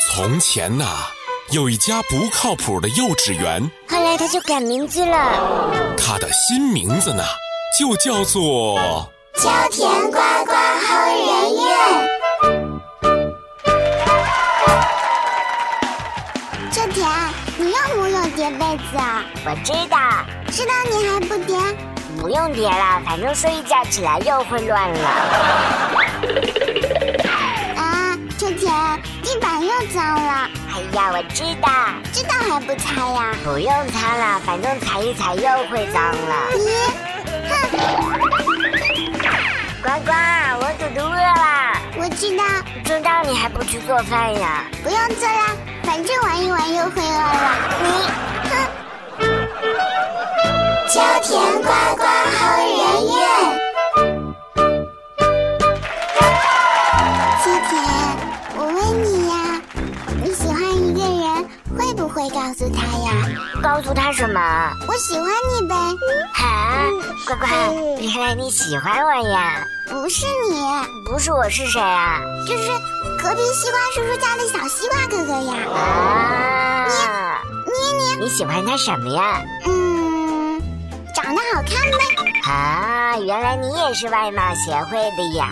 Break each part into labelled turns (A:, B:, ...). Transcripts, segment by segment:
A: 从前呐、有一家不靠谱的幼稚园，
B: 后来他就改名字了，
A: 它的新名字呢，就叫做……
B: 叫甜瓜瓜后人院。这甜，你要不要叠被子啊？
C: 我知道，
B: 知道你还不叠，
C: 不用叠了，反正睡一觉起来又会乱了。
B: 啊，这甜，地板又脏了，
C: 哎呀，我知道，
B: 知道还不擦呀？
C: 不用擦了，反正踩一踩又会脏了。
B: 咦，
C: 呱呱，我肚子饿啦，
B: 我知道，
C: 知道你还不去做饭呀？
B: 不用做啦，反正玩一玩又会饿了。你，哼。秋田呱呱好人愿。秋田，我问你呀，你喜欢一个人会不会告诉他呀？
C: 告诉他什么？
B: 我喜欢你呗，
C: 啊，呱呱，原来你喜欢我呀？
B: 不是你，
C: 不是我是谁啊？
B: 就是隔壁西瓜叔叔家的小西瓜哥哥呀。
C: 啊，
B: 你你，
C: 你喜欢他什么呀？
B: 嗯，长得好看呗。
C: 啊，原来你也是外貌协会的呀！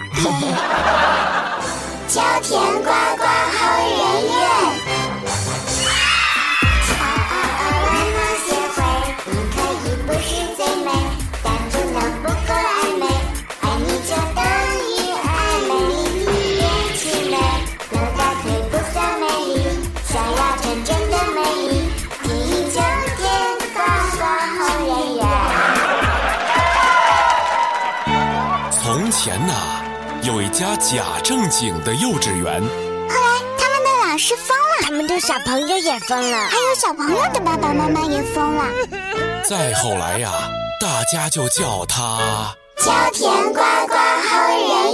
B: 秋田呱呱好人愿。啊啊啊！外貌协会，你可以不是最美，但不能不够爱美，爱你就等于爱美，比你别气馁，露大腿不算美丽，想要真正的美丽，第一秋天呱呱好人愿。
A: 从前呐、有一家假正经的幼稚园，
B: 后来他们的老师疯了，
C: 他们的小朋友也疯了
B: 还。有小朋友的爸爸妈妈也疯了。
A: 再后来呀、大家就叫它……
B: 秋田呱呱好人